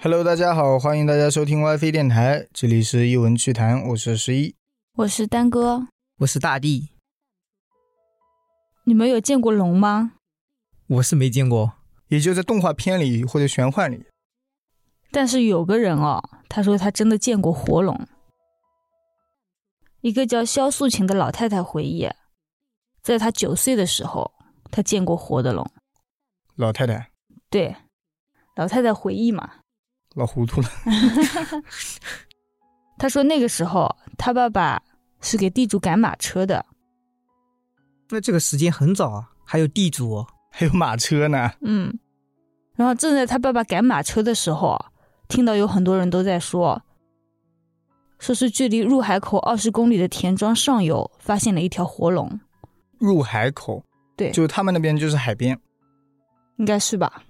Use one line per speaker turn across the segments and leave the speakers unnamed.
Hello，大家好，欢迎大家收听 WiFi 电台，这里是一文趣谈，我是十一。
我是丹哥。
我是大地，
你们有见过龙吗？
我是没见过。
也就在动画片里或者玄幻里，
但是有个人哦，他说他真的见过活龙。一个叫肖素琴的老太太回忆，在她九岁的时候，她见过活的龙。
老太太
对，老太太回忆嘛，
老糊涂了，
她说那个时候她爸爸是给地主赶马车的，
那这个时间很早啊，还有地主哦、
还有马车呢，
嗯，然后正在他爸爸赶马车的时候，听到有很多人都在说，说是距离入海口二十公里的田庄上游发现了一条活龙，
入海口，
对
就他们那边就是海边，
应该是吧？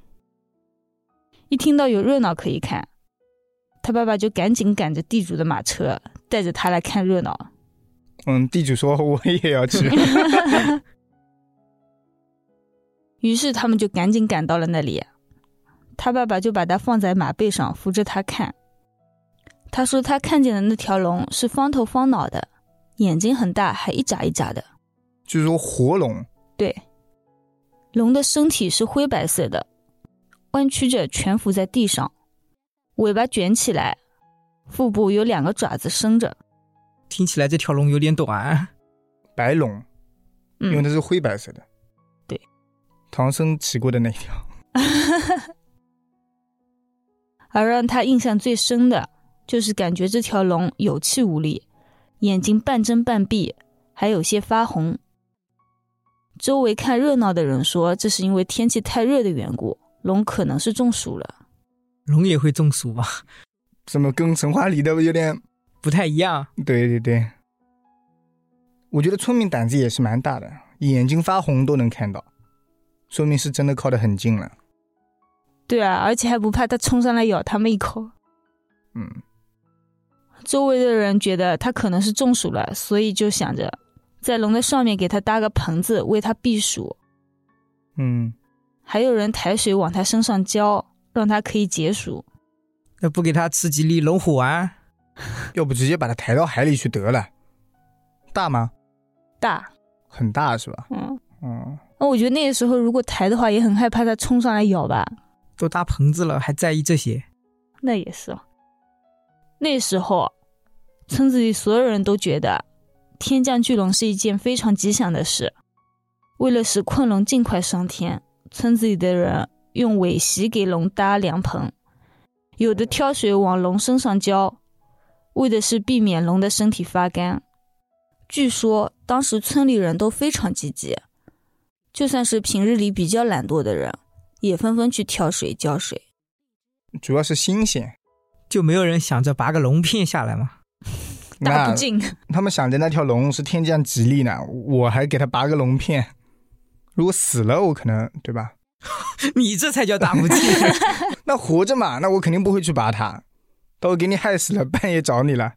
一听到有热闹可以看，他爸爸就赶紧赶着地主的马车，带着他来看热闹。
嗯，地主说 我也要 去，
于是他们就赶紧赶到了那里。他爸爸就把他放在马背上，扶着他看。他说他看见的那条龙是方头方脑的，眼睛很大，还一眨一眨的。
就是说活龙，
对，龙的身体是灰白色的，弯曲着蜷伏在地上，尾巴卷起来，腹部有两个爪子伸着。
听起来这条龙有点短。啊
白龙，因为
嗯
它，是灰白色的，
对，
唐僧骑过的那一条，
而让他印象最深的就是感觉这条龙有气无力，眼睛半睁半闭，还有些发红。周围看热闹的人说，这是因为天气太热的缘故，龙可能是中暑了。
龙也会中暑吧？啊
怎么跟神话里的有点？
不太一样。啊
对对对，我觉得村民胆子也是蛮大的，眼睛发红都能看到，说明是真的靠得很近了。
对啊，而且还不怕它冲上来咬他们一口。
嗯，
周围的人觉得它可能是中暑了，所以就想着在龙的上面给它搭个棚子，为它避暑。
嗯，
还有人抬水往它身上浇，让它可以解暑。
那不给他吃几粒龙虎啊丸？
要不直接把它抬到海里去得了？大吗？
大，
很大是吧？
嗯。
嗯，
那我觉得那个时候如果抬的话，也很害怕它冲上来咬吧。
都搭棚子了，还在意这些？
那也是。那时候，村子里所有人都觉得天降巨龙是一件非常吉祥的事。为了使困龙尽快上天，村子里的人用苇席给龙搭凉棚，有的挑水往龙身上浇，为的是避免龙的身体发干。据说当时村里人都非常积极，就算是平日里比较懒惰的人，也纷纷去挑水浇水。
主要是新鲜。
就没有人想着拔个龙片下来吗？
大
那
不敬。
他们想着那条龙是天降吉利呢，我还给它拔个龙片。如果死了，我可能对吧？
你这才叫大 不敬！
那活着嘛，那我肯定不会去拔它。到时候给你害死了， 半夜找你了。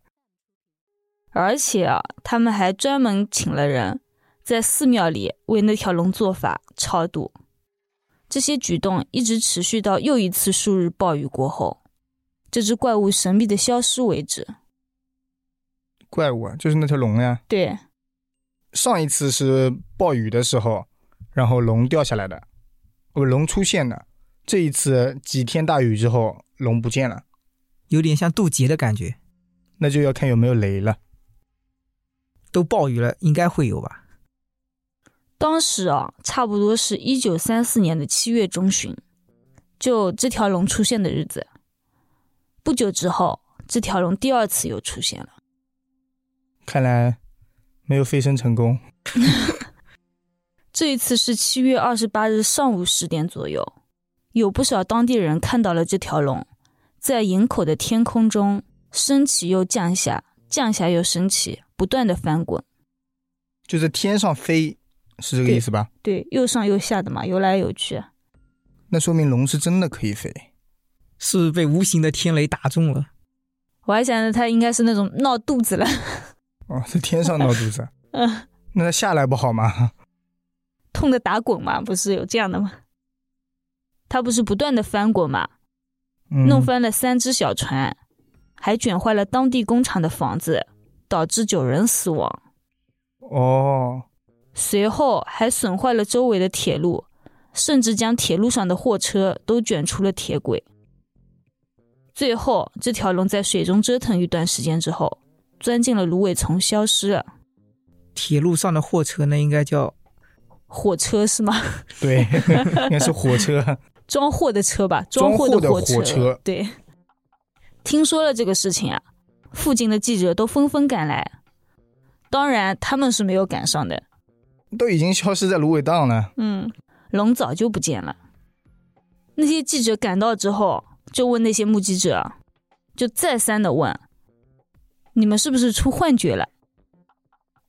而且啊，他们还专门请了人在寺庙里为那条龙做法超度。这些举动一直持续到又一次数日暴雨过后，这只怪物神秘的消失为止。
怪物啊，就是那条龙呀。
对，
上一次是暴雨的时候，然后龙掉下来的，哦，龙出现的。这一次几天大雨之后，龙不见了，
有点像渡劫的感觉。
那就要看有没有雷了。
都暴雨了，应该会有吧？
当时啊，差不多是一九三四年的七月中旬，就这条龙出现的日子。不久之后，这条龙第二次又出现了。
看来没有飞升成功。
这一次是七月二十八日上午十点左右，有不少当地人看到了这条龙，在营口的天空中升起又降下，降下又升起，不断的翻滚。
就在天上飞，是这个意思吧？
对，又上又下的嘛，游来游去。
那说明龙是真的可以飞。
是不是被无形的天雷打中了？
我还想着它应该是那种闹肚子了，
哦，在天上闹肚子，
嗯，
那它下来不好吗？
痛的打滚嘛，不是有这样的吗？它不是不断的翻滚嘛，
嗯、
弄翻了三只小船，还卷坏了当地工厂的房子，导致九人死亡。
哦，
随后还损坏了周围的铁路，甚至将铁路上的货车都卷出了铁轨。最后，这条龙在水中折腾一段时间之后，钻进了芦苇丛，消失了。
铁路上的货车那应该叫
火车是吗？
对， 应该是火车。
装货的车吧，
装
货
货的
火
火车
对，听说了这个事情啊，附近的记者都纷纷赶来，当然他们是没有赶上的。
都已经消失在芦苇荡了。
嗯，龙早就不见了。那些记者赶到之后，就问那些目击者，就再三的问：“你们是不是出幻觉了？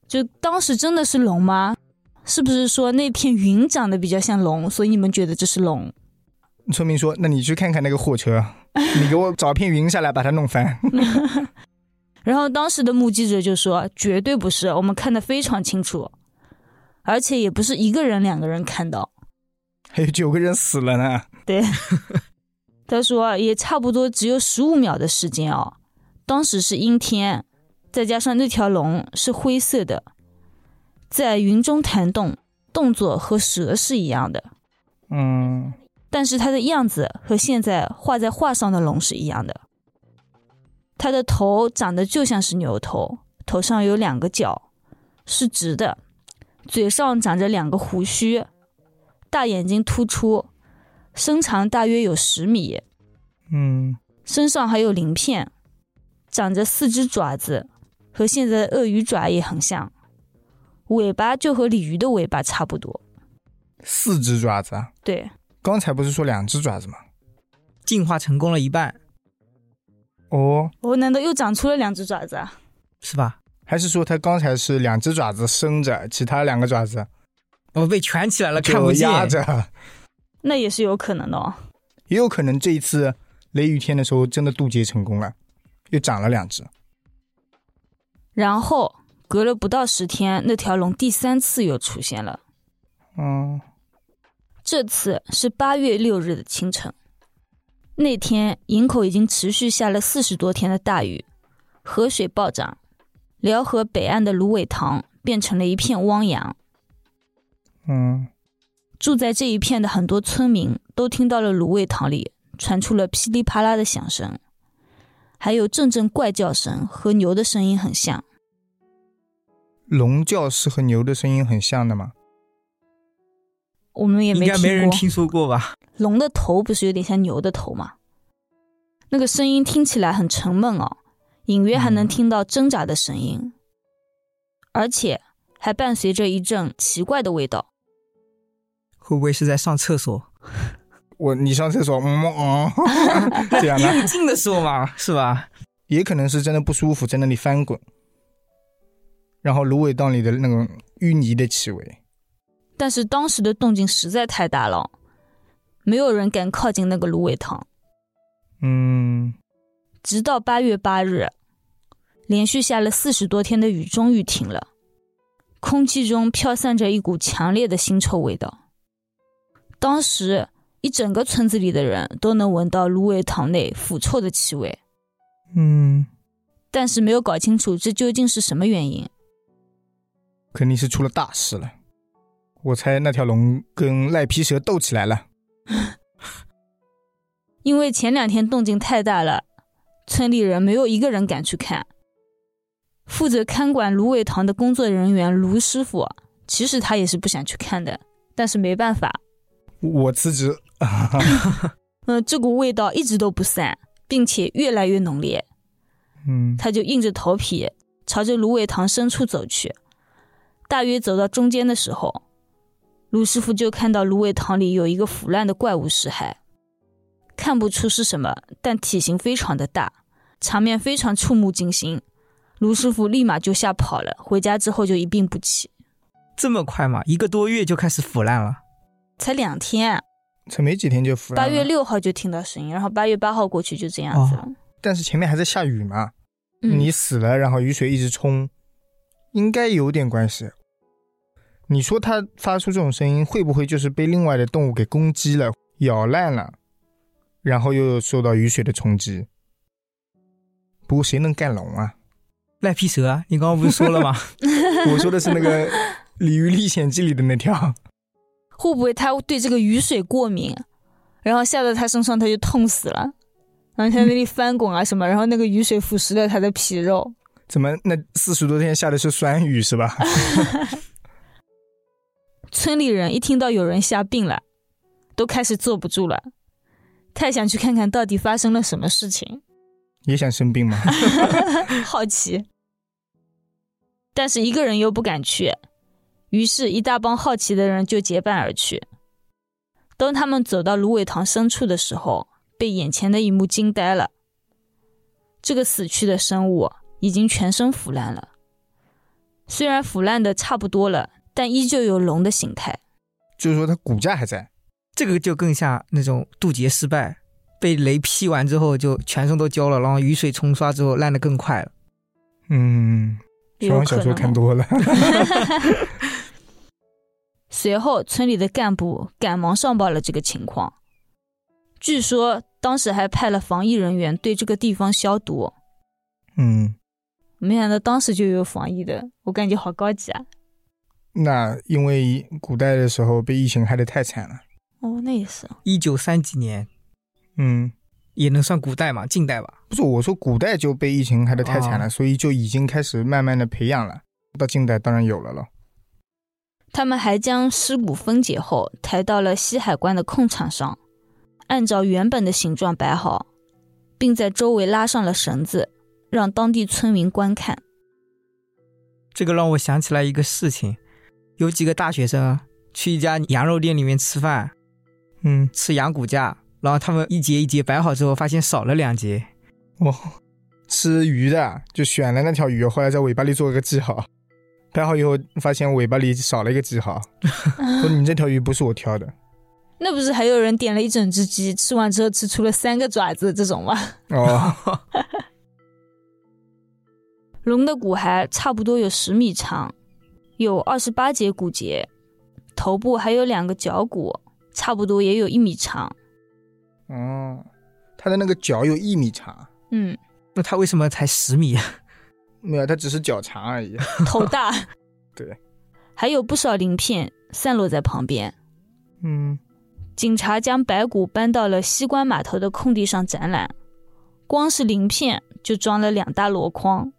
就当时真的是龙吗？是不是说那片云长得比较像龙，所以你们觉得这是龙？
村民说：“那你去看看那个货车，你给我找片云下来，把它弄翻。
然后当时的目击者就说：“绝对不是，我们看得非常清楚，而且也不是一个人、两个人看到。
还有九个人死了呢。”
他说：“啊也差不多只有十五秒的时间哦，当时是阴天，再加上那条龙是灰色的，在云中弹动，动作和蛇是一样的，
嗯，
但是它的样子和现在画在画上的龙是一样的。它的头长得就像是牛头，头上有两个角，是直的，嘴上长着两个胡须，大眼睛突出，身长大约有十米。
嗯，
身上还有鳞片，长着四只爪子，和现在的鳄鱼爪也很像，尾巴就和鲤鱼的尾巴差不多。
四只爪子啊，
对，
刚才不是说两只爪子吗？
进化成功了一半，
哦，
我难道又长出了两只爪子啊？
是吧？
还是说它刚才是两只爪子伸着，其他两个爪子
哦，被圈起来了，看
就
不见。
压着？
那也是有可能的哦。
也有可能这一次雷雨天的时候真的渡劫成功了，又长了两只。
然后隔了不到十天，那条龙第三次又出现了，
嗯，
这次是八月六日的清晨。那天营口已经持续下了四十多天的大雨，河水暴涨，辽河北岸的芦苇塘变成了一片汪洋。
嗯，
住在这一片的很多村民都听到了芦苇塘里传出了噼里啪啦的响声，还有阵阵怪叫声和牛的声音很像。
龙叫是和牛的声音很像的吗？
我们也
应
没
该没
听
人
过，
听说过吧？
龙的头不是有点像牛的头吗？那个声音听起来很沉闷哦，隐约还能听到挣扎的声音，而且还伴随着一阵奇怪的味道。
会不会是在上厕所？
我你上厕所，嗯嗯，这样的
用劲的说嘛，是吧？
也可能是真的不舒服，在那里翻滚，然后芦苇荡里的那种淤泥的气味。
但是当时的动静实在太大了，没有人敢靠近那个芦苇塘。
嗯，
直到八月八日，连续下了四十多天的雨终于停了，空气中飘散着一股强烈的腥臭味道。当时，一整个村子里的人都能闻到芦苇塘内腐臭的气味，
嗯，
但是没有搞清楚这究竟是什么原因。
肯定是出了大事了。我猜那条龙跟赖皮蛇斗起来了。
因为前两天动静太大了，村里人没有一个人敢去看。负责看管芦苇塘的工作人员卢师傅，其实他也是不想去看的，但是没办法，
我辞职。
嗯，这股味道一直都不散，并且越来越浓烈。
嗯
他就硬着头皮朝着芦苇塘深处走去。大约走到中间的时候，卢师傅就看到芦苇塘里有一个腐烂的怪物尸骸，看不出是什么，但体型非常的大，场面非常触目惊心。卢师傅立马就吓跑了，回家之后就一病不起，
这么快嘛？一个多月就开始腐烂了，
才两天啊，
才没几天就腐烂
八
了。
月，六号就听到声音，然后八月八号过去就这样子了。
但是前面还在下雨嘛，
嗯，
你死了，然后雨水一直冲，应该有点关系。你说它发出这种声音，会不会就是被另外的动物给攻击了、咬烂了，然后又受到雨水的冲击？不过谁能干龙 啊？
赖皮蛇啊！你刚刚不是说了吗？
我说的是那个《鲤鱼历险记》里的那条，
会不会他对这个雨水过敏，啊然后下到他身上他就痛死了，然后他在那里翻滚啊什么，然后那个雨水腐蚀了他的皮肉。
怎么那四十多天下的是酸雨是 吧？
村里人一听到有人下病了，都开始坐不住了，太想去看看到底发生了什么事情。
也想生病吗？
好奇，但是一个人又不敢去，于是，一大帮好奇的人就结伴而去。当他们走到芦苇塘深处的时候，被眼前的一幕惊呆了。这个死去的生物已经全身腐烂了，虽然腐烂的差不多了，但依旧有龙的形态。
就是说它骨架还在，
这个就更像那种渡劫失败，被雷劈完之后就全身都焦了，然后雨水冲刷之后烂得更快了。
嗯，
有
小
可
王小
能
说看多了，
随后，村里的干部赶忙上报了这个情况。据说当时还派了防疫人员对这个地方消毒，
嗯，
没想到当时就有防疫的，我感觉好高级啊！
那因为古代的时候被疫情害得太惨了，
哦，那也是，
一九三几年
嗯，
也能算古代嘛，近代吧。
不是我说古代就被疫情害得太惨了，
啊
所以就已经开始慢慢的培养了，到近代当然有了咯。
他们还将尸骨分解后抬到了西海关的空场上，按照原本的形状摆好，并在周围拉上了绳子，让当地村民观看。
这个让我想起来一个事情，有几个大学生啊去一家羊肉店里面吃饭，
嗯，
吃羊骨架，然后他们一节一节摆好之后，发现少了两节。
吃鱼的就选了那条鱼，后来在尾巴里做了个记号， 拍好以后发现尾巴里少了一个记号， 说你这条鱼不是我挑的。
那不是还有人点了一整只鸡，吃完之后吃出了三个爪子这种吗？
哦，
龙的骨骸差不多有十米长，有二十八节骨节，头部还有两个脚骨，差不多也有一米长。
哦，它的那个脚有一米长，
嗯，
那他为什么才十米啊？
没有，它只是脚长而已。。
头大
对，
还有不少鳞片散落在旁边。
嗯，
警察将白骨搬到了西关码头的空地上展览，光是鳞片就装了两大箩筐。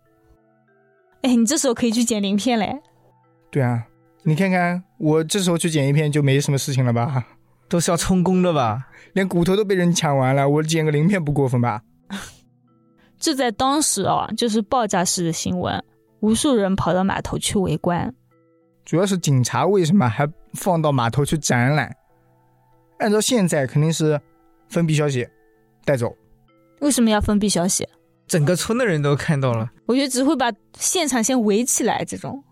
哎，你这时候可以去捡鳞片嘞。
对啊，你看看我这时候去捡一片就没什么事情了吧？
都是要充公的吧？
连骨头都被人抢完了，我捡个鳞片不过分吧？
这在当时啊，就是爆炸式的新闻，无数人跑到码头去围观。
主要是警察为什么还放到码头去展览？按照现在肯定是封闭消息，带走。
为什么要封闭消息？
整个村的人都看到了，
我觉得只会把现场先围起来这种。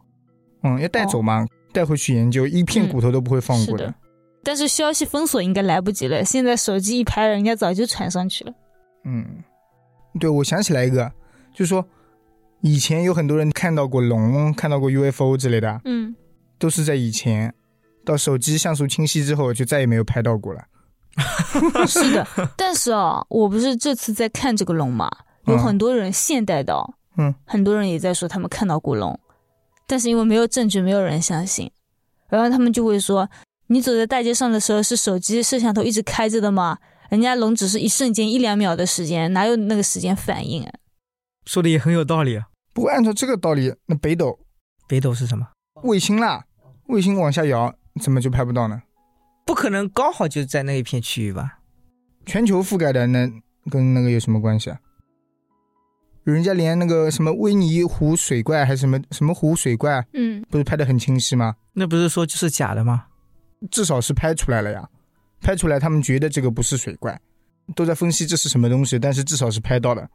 嗯，要带走嘛，带回去研究，一片骨头都不会放过
哦嗯是的。但是消息封锁应该来不及了，现在手机一拍，人家早就传上去了。
嗯，对，我想起来一个，就是说以前有很多人看到过龙，看到过 UFO 之类的，
嗯，
都是在以前，到手机像素清晰之后就再也没有拍到过了。
是 的。但是啊，我不是这次在看这个龙嘛，有
嗯
很多人现代的、哦，
嗯，
很多人也在说他们看到过龙，但是因为没有证据，没有人相信，然后他们就会说，你走在大街上的时候是手机摄像头一直开着的吗？人家龙只是一瞬间一两秒的时间，哪有那个时间反应啊？
说的也很有道理啊。
不过按照这个道理，那北斗
北斗是什么？
卫星啦，卫星往下摇，怎么就拍不到呢？
不可能刚好就在那一片区域吧？
全球覆盖的，那跟那个有什么关系啊？人家连那个什么威尼湖水怪还是什么什么湖水怪，
嗯，
不是拍的很清晰吗？
那不是说就是假的吗？
至少是拍出来了呀，拍出来他们觉得这个不是水怪，都在分析这是什么东西，但是至少是拍到了。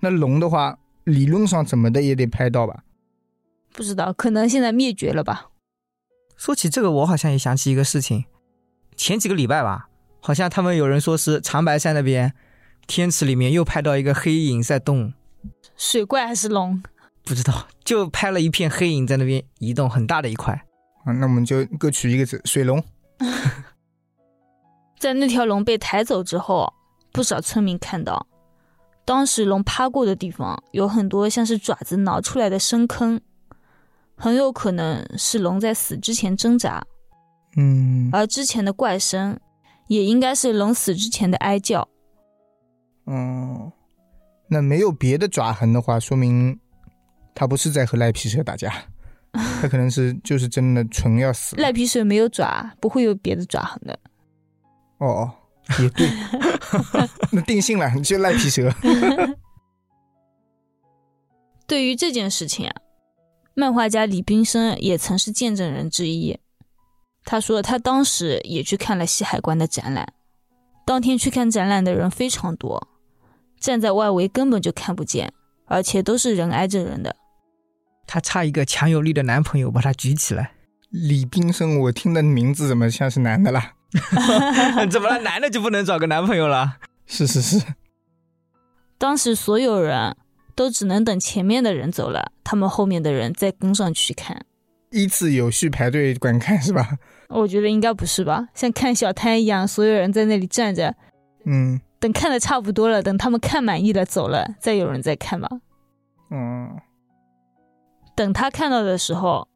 那龙的话，理论上怎么的也得拍到吧？
不知道，可能现在灭绝了吧？
说起这个，我好像也想起一个事情，前几个礼拜吧，好像他们有人说是长白山那边天池里面又拍到一个黑影在动，
水怪还是龙？
不知道就拍了一片黑影在那边移动，很大的一块。
啊，那我们就各取一个字，水龙。
在那条龙被抬走之后，不少村民看到，当时龙趴过的地方有很多像是爪子挠出来的深坑，很有可能是龙在死之前挣扎，
嗯，
而之前的怪声也应该是龙死之前的哀叫。
哦，那没有别的爪痕的话，说明他不是在和赖皮蛇打架，他可能是就是真的纯要死了。
赖皮水没有爪，不会有别的爪痕的。
哦哦，也对，那定性了，你就赖皮蛇。
对于这件事情啊，漫画家李冰生也曾是见证人之一。他说他当时也去看了西海关的展览，当天去看展览的人非常多，站在外围根本就看不见，而且都是人挨着人的。
她差一个强有力的男朋友把她举起来，
李冰生，我听的名字怎么像是男的啦？
怎么了？男的就不能找个男朋友了？
是是是，
当时所有人都只能等前面的人走了，他们后面的人再跟上去看。
依次有序排队观看是吧？
我觉得应该不是吧，像看小摊一样，所有人在那里站着，
嗯
等看的差不多了，等他们看满意了走了，再有人再看吧。
嗯，
等他看到的时候，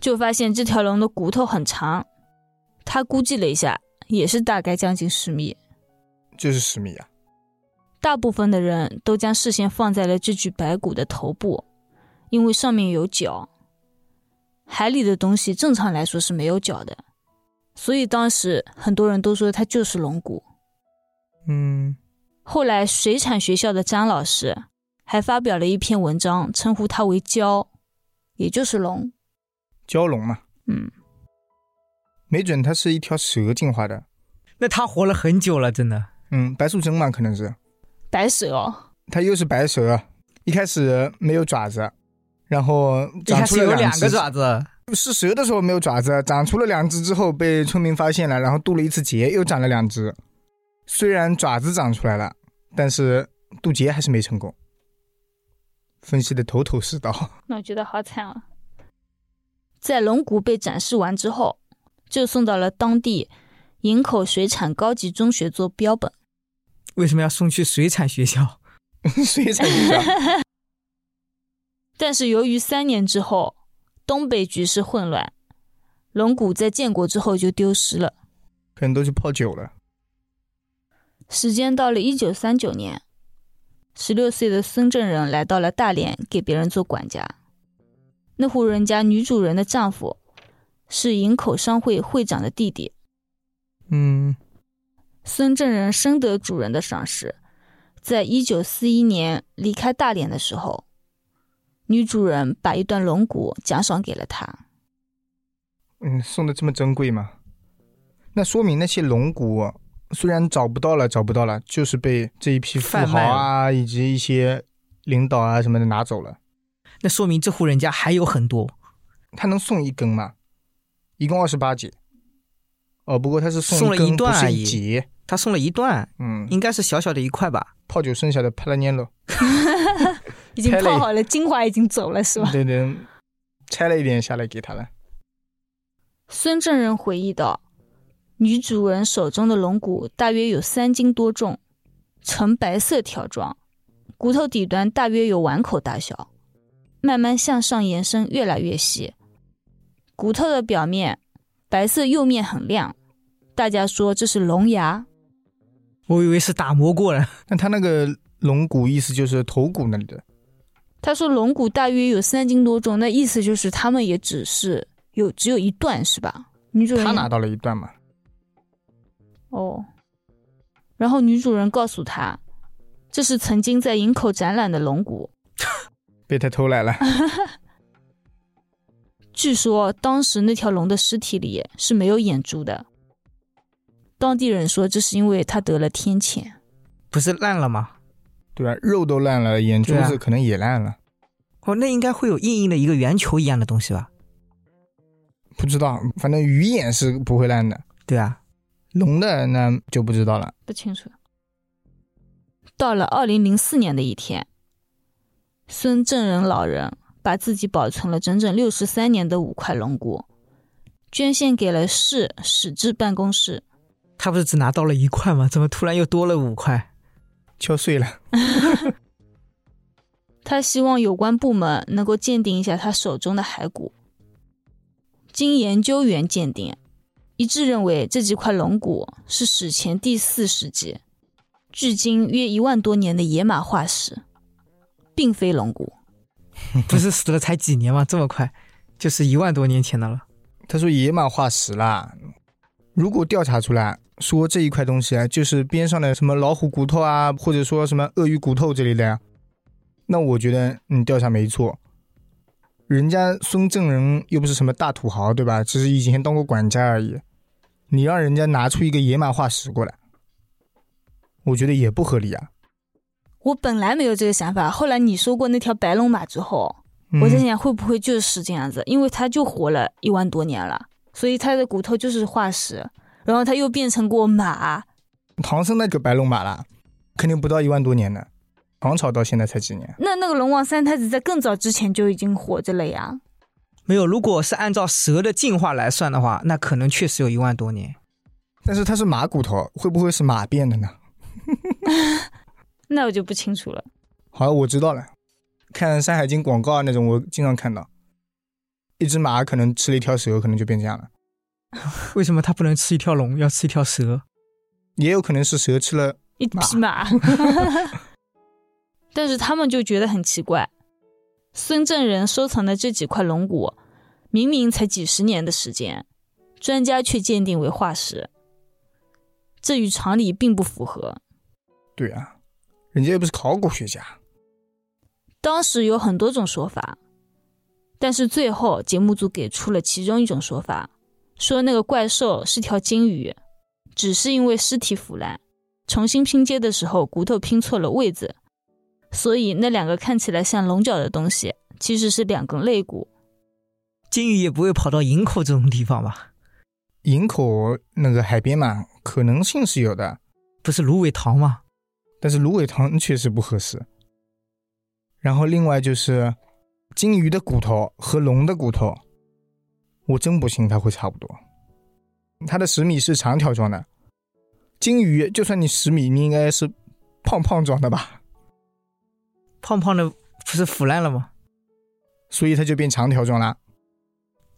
就发现这条龙的骨头很长，他估计了一下，也是大概将近十米。
就是十米啊。
大部分的人都将视线放在了这具白骨的头部，因为上面有脚。海里的东西正常来说是没有脚的，所以当时很多人都说它就是龙骨。
嗯，
后来，水产学校的张老师还发表了一篇文章，称呼它为“蛟”，也就是龙。
蛟龙嘛，
嗯，
没准它是一条蛇进化的。
那她活了很久了，真的。
嗯，白素贞嘛，可能是。
白蛇哦，
它又是白蛇，啊一开始没有爪子，然后
一
长
开
出
始
了
有两
只
个，爪子，
是蛇的时候没有爪子，长出了两只之后被村民发现了，然后渡了一次劫，又长了两只。虽然爪子长出来了，但是渡劫还是没成功。分析的头头是道。
那我觉得好惨啊！在龙骨被展示完之后，就送到了当地营口水产高级中学做标本。
为什么要送去水产学校？
水产学校，
但是由于三年之后东北局势混乱，龙骨在建国之后就丢失了。
可能都去泡酒了。
时间到了一九三九年，十六岁的孙正仁来到了大连，给别人做管家。那户人家女主人的丈夫是营口商会会长的弟弟，
嗯，
孙正仁深得主人的赏识，在一九四一年离开大连的时候，女主人把一段龙骨奖赏给了他。
嗯，送的这么珍贵吗？那说明那些龙骨哦虽然找不到了，找不到了，就是被这一批富
贩
豪
卖
啊，以及一些领导啊什么的拿走了。
那说明这户人家还有很多，
他能送一根吗？一共二十八节。哦，不过他是
送
送
了
根，
一段
不是
而
一
已
节。
他送了一段，
嗯，
应该是小小的一块吧。
泡酒剩下的帕拉涅罗，
已经
拆了
泡好了，精华已经走了，是吧？
对对，拆了一点下来给他了。
孙正仁回忆道，女主人手中的龙骨大约有三斤多重，呈白色条状，骨头底端大约有碗口大小，慢慢向上延伸，越来越细。骨头的表面白色釉面很亮，大家说这是龙牙。
我以为是打磨过了，
那他那个龙骨意思就是头骨那里的。
他说龙骨大约有三斤多重，那意思就是他们也只是有只有一段是吧？女主人
他
也
拿到了一段嘛，
哦。然后女主人告诉他，这是曾经在营口展览的龙骨。
被他偷来了。
据说当时那条龙的尸体里是没有眼珠的。当地人说，这是因为它得了天谴。
不是烂了吗？
对吧？肉都烂了，眼珠
对啊
子可能也烂了，
哦，那应该会有硬硬的一个圆球一样的东西吧？
不知道。反正鱼眼是不会烂的，
对啊，
龙的那就不知道了。
不清楚。到了二零零四年的一天，孙正仁老人把自己保存了整整六十三年的五块龙骨，捐献给了市史志办公室。
他不是只拿到了一块吗？怎么突然又多了五块？
敲碎了，
他希望有关部门能够鉴定一下他手中的骸骨。经研究员鉴定，一致认为这几块龙骨是史前第四世纪，距今约一万多年的野马化石，并非龙骨。
不是死了才几年吗？这么快，就是一万多年前的了。
他说野马化石啦。如果调查出来说这一块东西啊，就是边上的什么老虎骨头啊，或者说什么鳄鱼骨头之类的呀、那我觉得你调查没错。人家孙正仁又不是什么大土豪，对吧？只是以前当过管家而已。你让人家拿出一个野马化石过来，我觉得也不合理啊。
我本来没有这个想法，后来你说过那条白龙马之后，我在
嗯
想会不会就是这样子，因为它就活了一万多年了，所以它的骨头就是化石，然后它又变成过马，
唐僧那个白龙马啦，肯定不到一万多年的，唐朝到现在才几年？
那那个龙王三太子在更早之前就已经活着了呀。
没有，如果是按照蛇的进化来算的话，那可能确实有一万多年。
但是它是马骨头，会不会是马变的呢？
那我就不清楚了。
好了，我知道了。看《山海经》广告啊那种，我经常看到，一只马可能吃了一条蛇，可能就变这样了；
为什么它不能吃一条龙，要吃一条蛇？
也有可能是蛇吃了。
一匹马。 但是他们就觉得很奇怪，孙正仁收藏的这几块龙骨，明明才几十年的时间，专家却鉴定为化石，这与常理并不符合。
对啊，人家又不是考古学家。
当时有很多种说法，但是最后节目组给出了其中一种说法，说那个怪兽是条金鱼，只是因为尸体腐烂，重新拼接的时候骨头拼错了位置，所以那两个看起来像龙角的东西其实是两根肋骨。
金鱼也不会跑到营口这种地方吧？
营口那个海边嘛，可能性是有的，
不是芦苇塘吗？
但是芦苇塘确实不合适。然后另外就是，金鱼的骨头和龙的骨头，我真不信它会差不多。它的十米是长条状的，金鱼就算你十米，你应该是胖胖状的吧，
胖胖的不是腐烂了吗？
所以它就变长条状啦。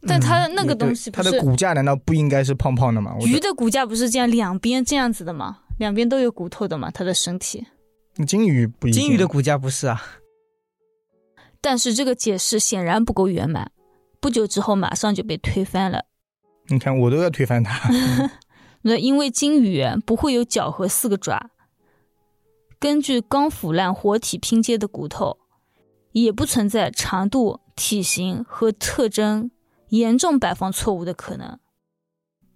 但它
嗯
那个东西
它
不
的
是
骨架难道不应该是胖胖的吗？我觉
鱼的骨架不是这样两边这样子的吗？两边都有骨头的嘛，它的身体。
得金鱼不一定
金鱼的骨架不是啊？
但是这个解释显然不够圆满，不久之后马上就被推翻了。
你看我都要推翻 它。
那因为金鱼不会有脚和四个爪，根据刚腐烂活体拼接的骨头，也不存在长度、体型和特征严重摆放错误的可能。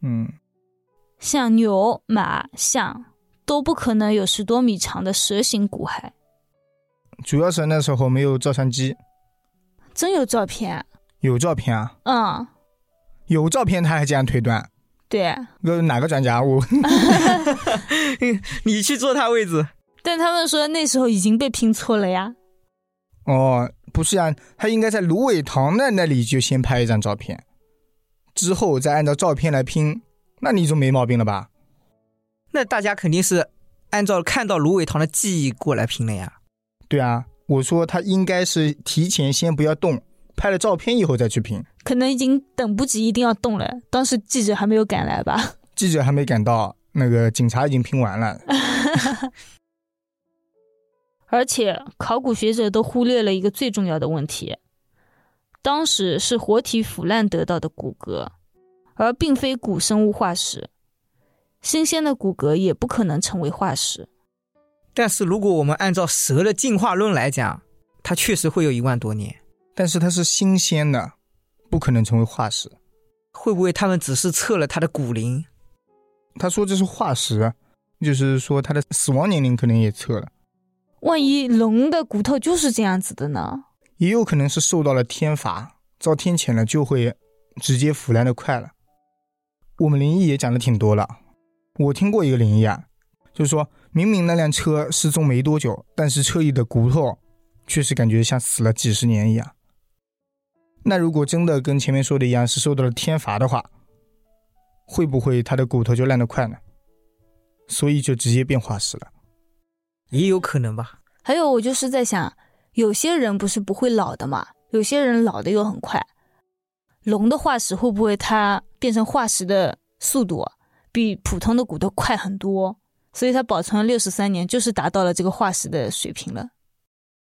嗯，
像牛、马、象都不可能有十多米长的蛇形骨骸。
主要是那时候没有照相机，
真有照片？
有照片啊，
嗯，
有照片他还这样推断。
对。
呃，哪个专家？我
你去坐它位置，
但他们说那时候已经被拼错了呀。
哦，不是啊，他应该在芦苇塘的那里就先拍一张照片，之后再按照照片来拼，那你就没毛病了吧？
那大家肯定是按照看到芦苇塘的记忆过来拼的呀。
对啊，我说他应该是提前先不要动，拍了照片以后再去拼。
可能已经等不及，一定要动了。当时记者还没有赶来吧？
记者还没赶到，那个警察已经拼完了。
而且考古学者都忽略了一个最重要的问题：当时是活体腐烂得到的骨骼，而并非古生物化石。新鲜的骨骼也不可能成为化石。
但是如果我们按照蛇的进化论来讲，它确实会有一万多年。
但是它是新鲜的，不可能成为化石。
会不会他们只是测了它的骨龄？
他说这是化石，就是说它的死亡年龄可能也测了，
万一龙的骨头就是这样子的呢？
也有可能是受到了天罚，遭天谴了就会直接腐烂的快了。我们灵异也讲的挺多了，我听过一个灵异啊，就是说明明那辆车失踪没多久，但是车里的骨头确实感觉像死了几十年一样。那如果真的跟前面说的一样是受到了天罚的话，会不会他的骨头就烂得快呢？所以就直接变化石了。
也有可能吧。
还有，我就是在想，有些人不是不会老的嘛，有些人老的又很快。龙的化石会不会它变成化石的速度啊比普通的骨头快很多？所以它保存了六十三年，就是达到了这个化石的水平了。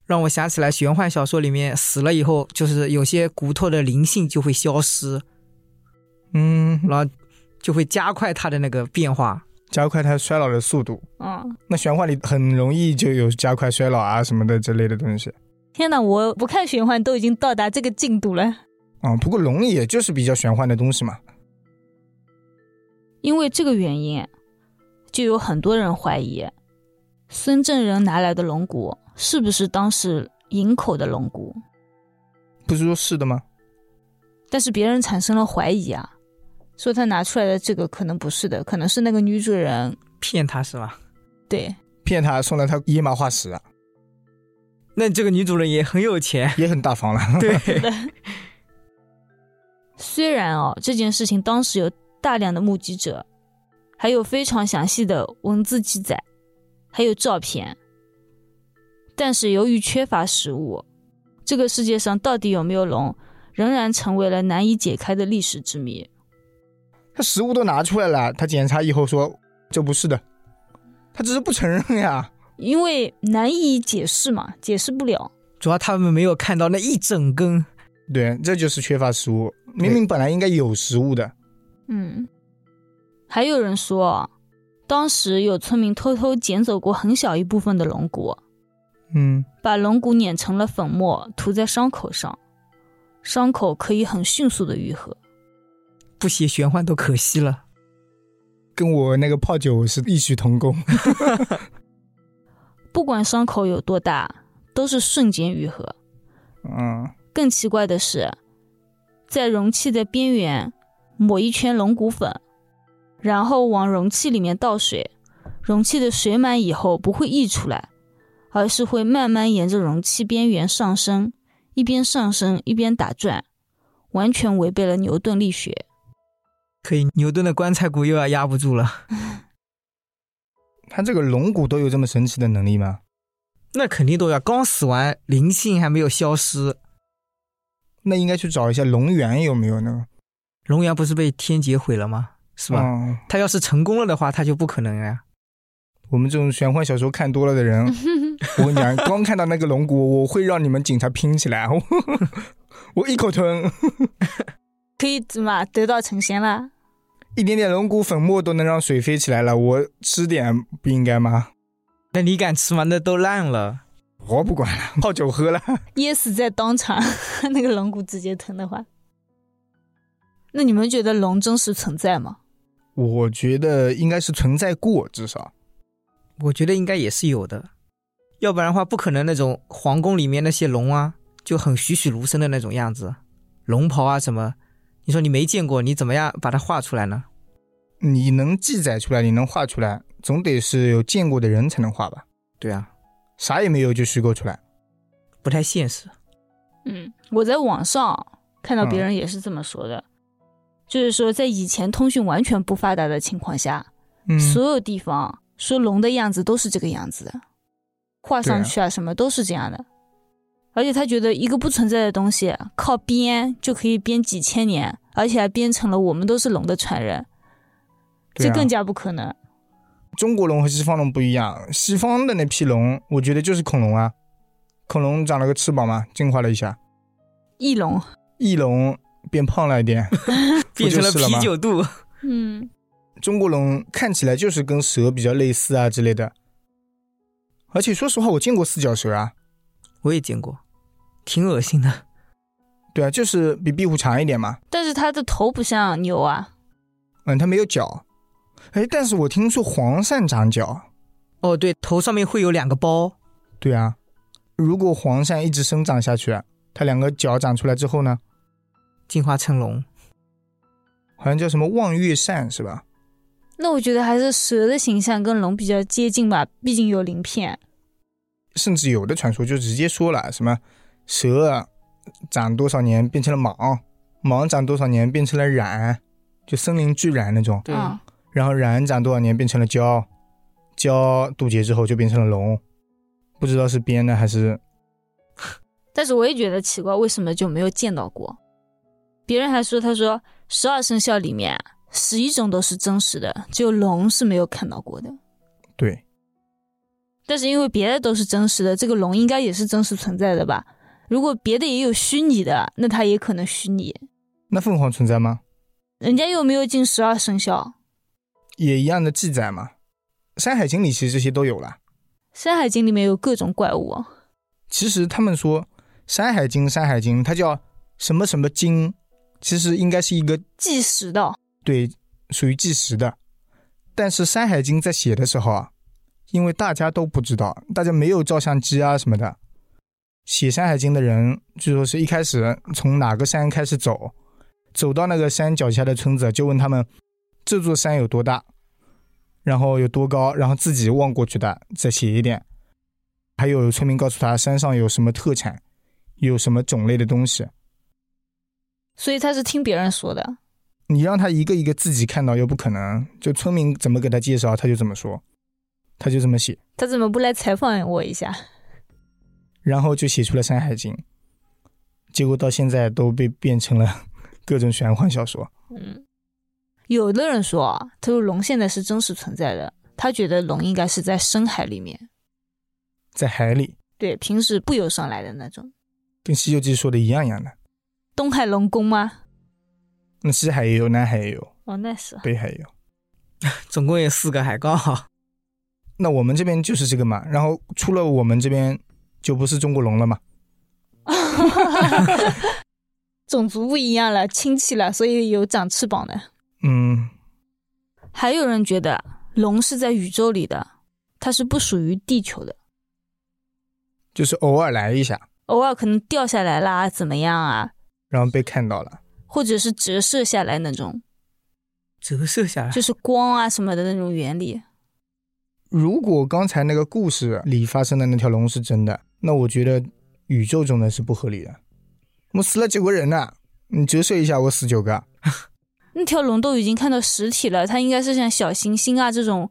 让我想起来玄幻小说里面死了以后，就是有些骨头的灵性就会消失，
嗯，
然后就会加快它的那个变化。
加快它衰老的速度。
嗯，
那玄幻里很容易就有加快衰老啊什么的这类的东西。
天哪，我不看玄幻都已经到达这个进度了。
啊、不过龙也就是比较玄幻的东西嘛。
因为这个原因，就有很多人怀疑孙正人拿来的龙骨是不是当时营口的龙骨，
不是说是的吗？
但是别人产生了怀疑啊，说他拿出来的这个可能不是的，可能是那个女主人。
骗他是吧？
对，
骗他送了他野马化石啊，
那这个女主人也很有钱，
也很大方了。
对，
虽然哦这件事情当时有大量的目击者，还有非常详细的文字记载，还有照片，但是由于缺乏实物，这个世界上到底有没有龙，仍然成为了难以解开的历史之谜。
他食物都拿出来了，他检查以后说这不是的，他只是不承认呀。
因为难以解释嘛，解释不了。
主要他们没有看到那一整根。
对，这就是缺乏食物。明明本来应该有食物的，
嗯，还有人说，当时有村民偷偷捡走过很小一部分的龙骨，
嗯，
把龙骨碾成了粉末，涂在伤口上，伤口可以很迅速的愈合。
不写玄幻都可惜了。
跟我那个泡酒是异曲同工。
不管伤口有多大，都是瞬间愈合。
嗯，
更奇怪的是，在容器的边缘抹一圈龙骨粉，然后往容器里面倒水，容器的水满以后不会溢出来，而是会慢慢沿着容器边缘上升，一边上升一边打转，完全违背了牛顿力学。
可以，牛顿的棺材骨又要压不住了，
他这个龙骨都有这么神奇的能力吗？
那肯定都要。刚死完，灵性还没有消失，
那应该去找一下龙源有没有呢？
龙源不是被天劫毁了吗？是吧？
嗯
他要是成功了的话，他就不可能啊呀、
我们这种玄幻小说看多了的人，我跟你讲，光看到那个龙骨，我会让你们警察拼起来， 我一口吞，
可以怎么得道成仙啦？
一点点龙骨粉末都能让水飞起来了，我吃点不应该吗？
那你敢吃吗？那都烂了。
我不管了，泡酒喝了。
噎死在当场， 那个龙骨直接疼的话，那你们觉得龙真实存在吗？
我觉得应该是存在过，至少
我觉得应该也是有的，要不然的话，不可能那种皇宫里面那些龙啊，就很栩栩如生的那种样子，龙袍啊什么，你说你没见过，你怎么样把它画出来呢？
你能记载出来，你能画出来，总得是有见过的人才能画吧？
对啊，
啥也没有就虚构出来，
不太现实。
嗯，我在网上看到
嗯
别人也是这么说的，就是说在以前通讯完全不发达的情况下，
嗯
所有地方说龙的样子都是这个样子的，画上去啊什么都是这样的。而且他觉得一个不存在的东西靠编就可以编几千年，而且还编成了我们都是龙的传人，
对
这
啊
更加不可能。
中国龙和西方龙不一样，西方的那批龙，我觉得就是恐龙啊，恐龙长了个翅膀嘛，进化了一下，
翼龙，
翼龙变胖了一点，
变成了
不就是了吗
啤酒肚。
嗯，
中国龙看起来就是跟蛇比较类似啊之类的。而且说实话，我见过四脚蛇啊，
我也见过，挺恶心的。
对啊，就是比壁虎长一点嘛，
但是它的头不像牛啊，
嗯，它没有脚，哎，但是我听说黄鳝长脚，
哦，对，头上面会有两个包，
对啊，如果黄鳝一直生长下去，啊它两个脚长出来之后呢，
进化成龙。
好像叫什么望月鳝是吧？
那我觉得还是蛇的形象跟龙比较接近吧，毕竟有鳞片。
甚至有的传说就直接说了什么蛇啊长多少年变成了蟒，蟒长多少年变成了蚺，就森林巨蚺那种。
对，
嗯，
然后蚺长多少年变成了蛟，蛟渡劫之后就变成了龙，不知道是编的还是
但是我也觉得奇怪，为什么就没有见到过？别人还说，他说十二生肖里面十一种都是真实的，只有龙是没有看到过的。
对。
但是因为别的都是真实的，这个龙应该也是真实存在的吧？如果别的也有虚拟的，那它也可能虚拟。
那凤凰存在吗？
人家又没有进十二生肖，
也一样的记载嘛。《山海经》里其实这些都有了。
《山海经》里面有各种怪物。
其实他们说《山海经》，《山海经》它叫什么什么经，其实应该是一个
计时的，
对，属于计时的。但是《山海经》在写的时候啊，因为大家都不知道，大家没有照相机啊什么的，写《山海经》的人据说是一开始从哪个山开始走，走到那个山脚下的村子，就问他们这座山有多大，然后有多高，然后自己望过去的再写一点。还有村民告诉他山上有什么特产，有什么种类的东西，
所以他是听别人说的。
你让他一个一个自己看到又不可能，就村民怎么给他介绍他就怎么说，他就这么写，
他怎么不来采访我一下？
然后就写出了《山海经》，结果到现在都被变成了各种玄幻小说。
嗯，有的人说啊，他说龙现在是真实存在的，他觉得龙应该是在深海里面，
在海里
对，平时不游上来的那种。
跟《西游记》说的一样一样的，
东海龙宫吗？
那西海也有，南海也有，
哦，那是
北海也有。
总共有四个海告。
那我们这边就是这个嘛，然后出了我们这边就不是中国龙了嘛。
种族不一样了，亲戚了，所以有长翅膀的。
嗯，
还有人觉得龙是在宇宙里的，它是不属于地球的，
就是偶尔来一下，
偶尔可能掉下来啦，怎么样啊？
然后被看到了。
或者是折射下来那种，
折射下来，
就是光啊什么的那种原理。
如果刚才那个故事里发生的那条龙是真的，那我觉得宇宙中的是不合理的。我死了九个人呐、你折射一下，我死九个。
那条龙都已经看到实体了，它应该是像小行星啊这种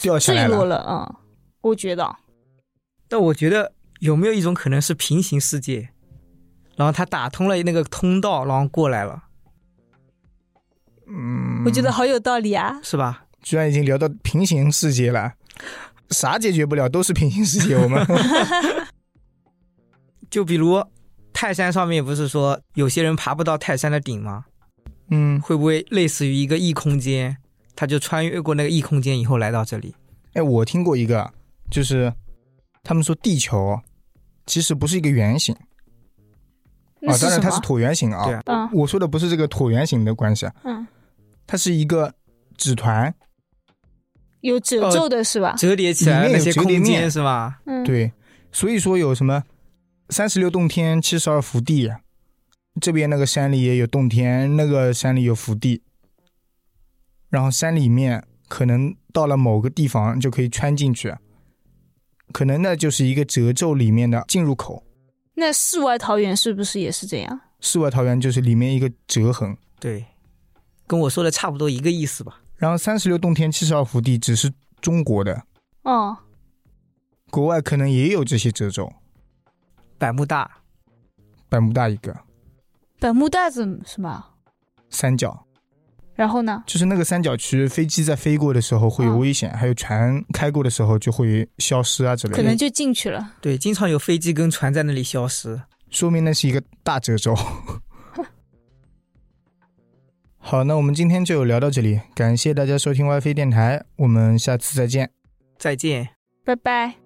掉下来
坠
了
落了，嗯，我觉得
但我觉得有没有一种可能是平行世界，然后他打通了那个通道，然后过来了，
嗯，
我觉得好有道理啊。
是吧？
居然已经聊到平行世界了，啥解决不了都是平行世界。我 们
就比如泰山上面不是说有些人爬不到泰山的顶吗？
嗯，
会不会类似于一个异空间？他就穿越过那个异空间以后来到这里，
哎，我听过一个，就是他们说地球其实不是一个圆形
那
啊，
嗯是
当
什
然
么？
它是椭圆形啊。
对啊
嗯
我说的不是这个椭圆形的关系，啊
嗯，
它是一个纸团，
有褶皱的是吧？
折叠起来的那些空间是吧？
嗯，
呃对，所以说有什么三十六洞天、七十二福地，这边那个山里也有洞天，那个山里有福地，然后山里面可能到了某个地方就可以穿进去，可能那就是一个褶皱里面的进入口。
那世外桃源是不是也是这样？
世外桃源就是里面一个折痕，
对，跟我说的差不多一个意思吧。
然后三十六洞天、七十二福地只是中国的，
哦，
国外可能也有这些褶皱，
百慕大，
百慕大一个
百慕大怎是吧？
三角。
然后呢？
就是那个三角区，飞机在飞过的时候会
嗯
有危险，还有船开过的时候就会消失啊之类的，
可能就进去了。
对，经常有飞机跟船在那里消失。
说明那是一个大褶皱。 好，那我们今天就聊到这里，感谢大家收听 WiFi 电台，我们下次再见。
再见。
拜拜。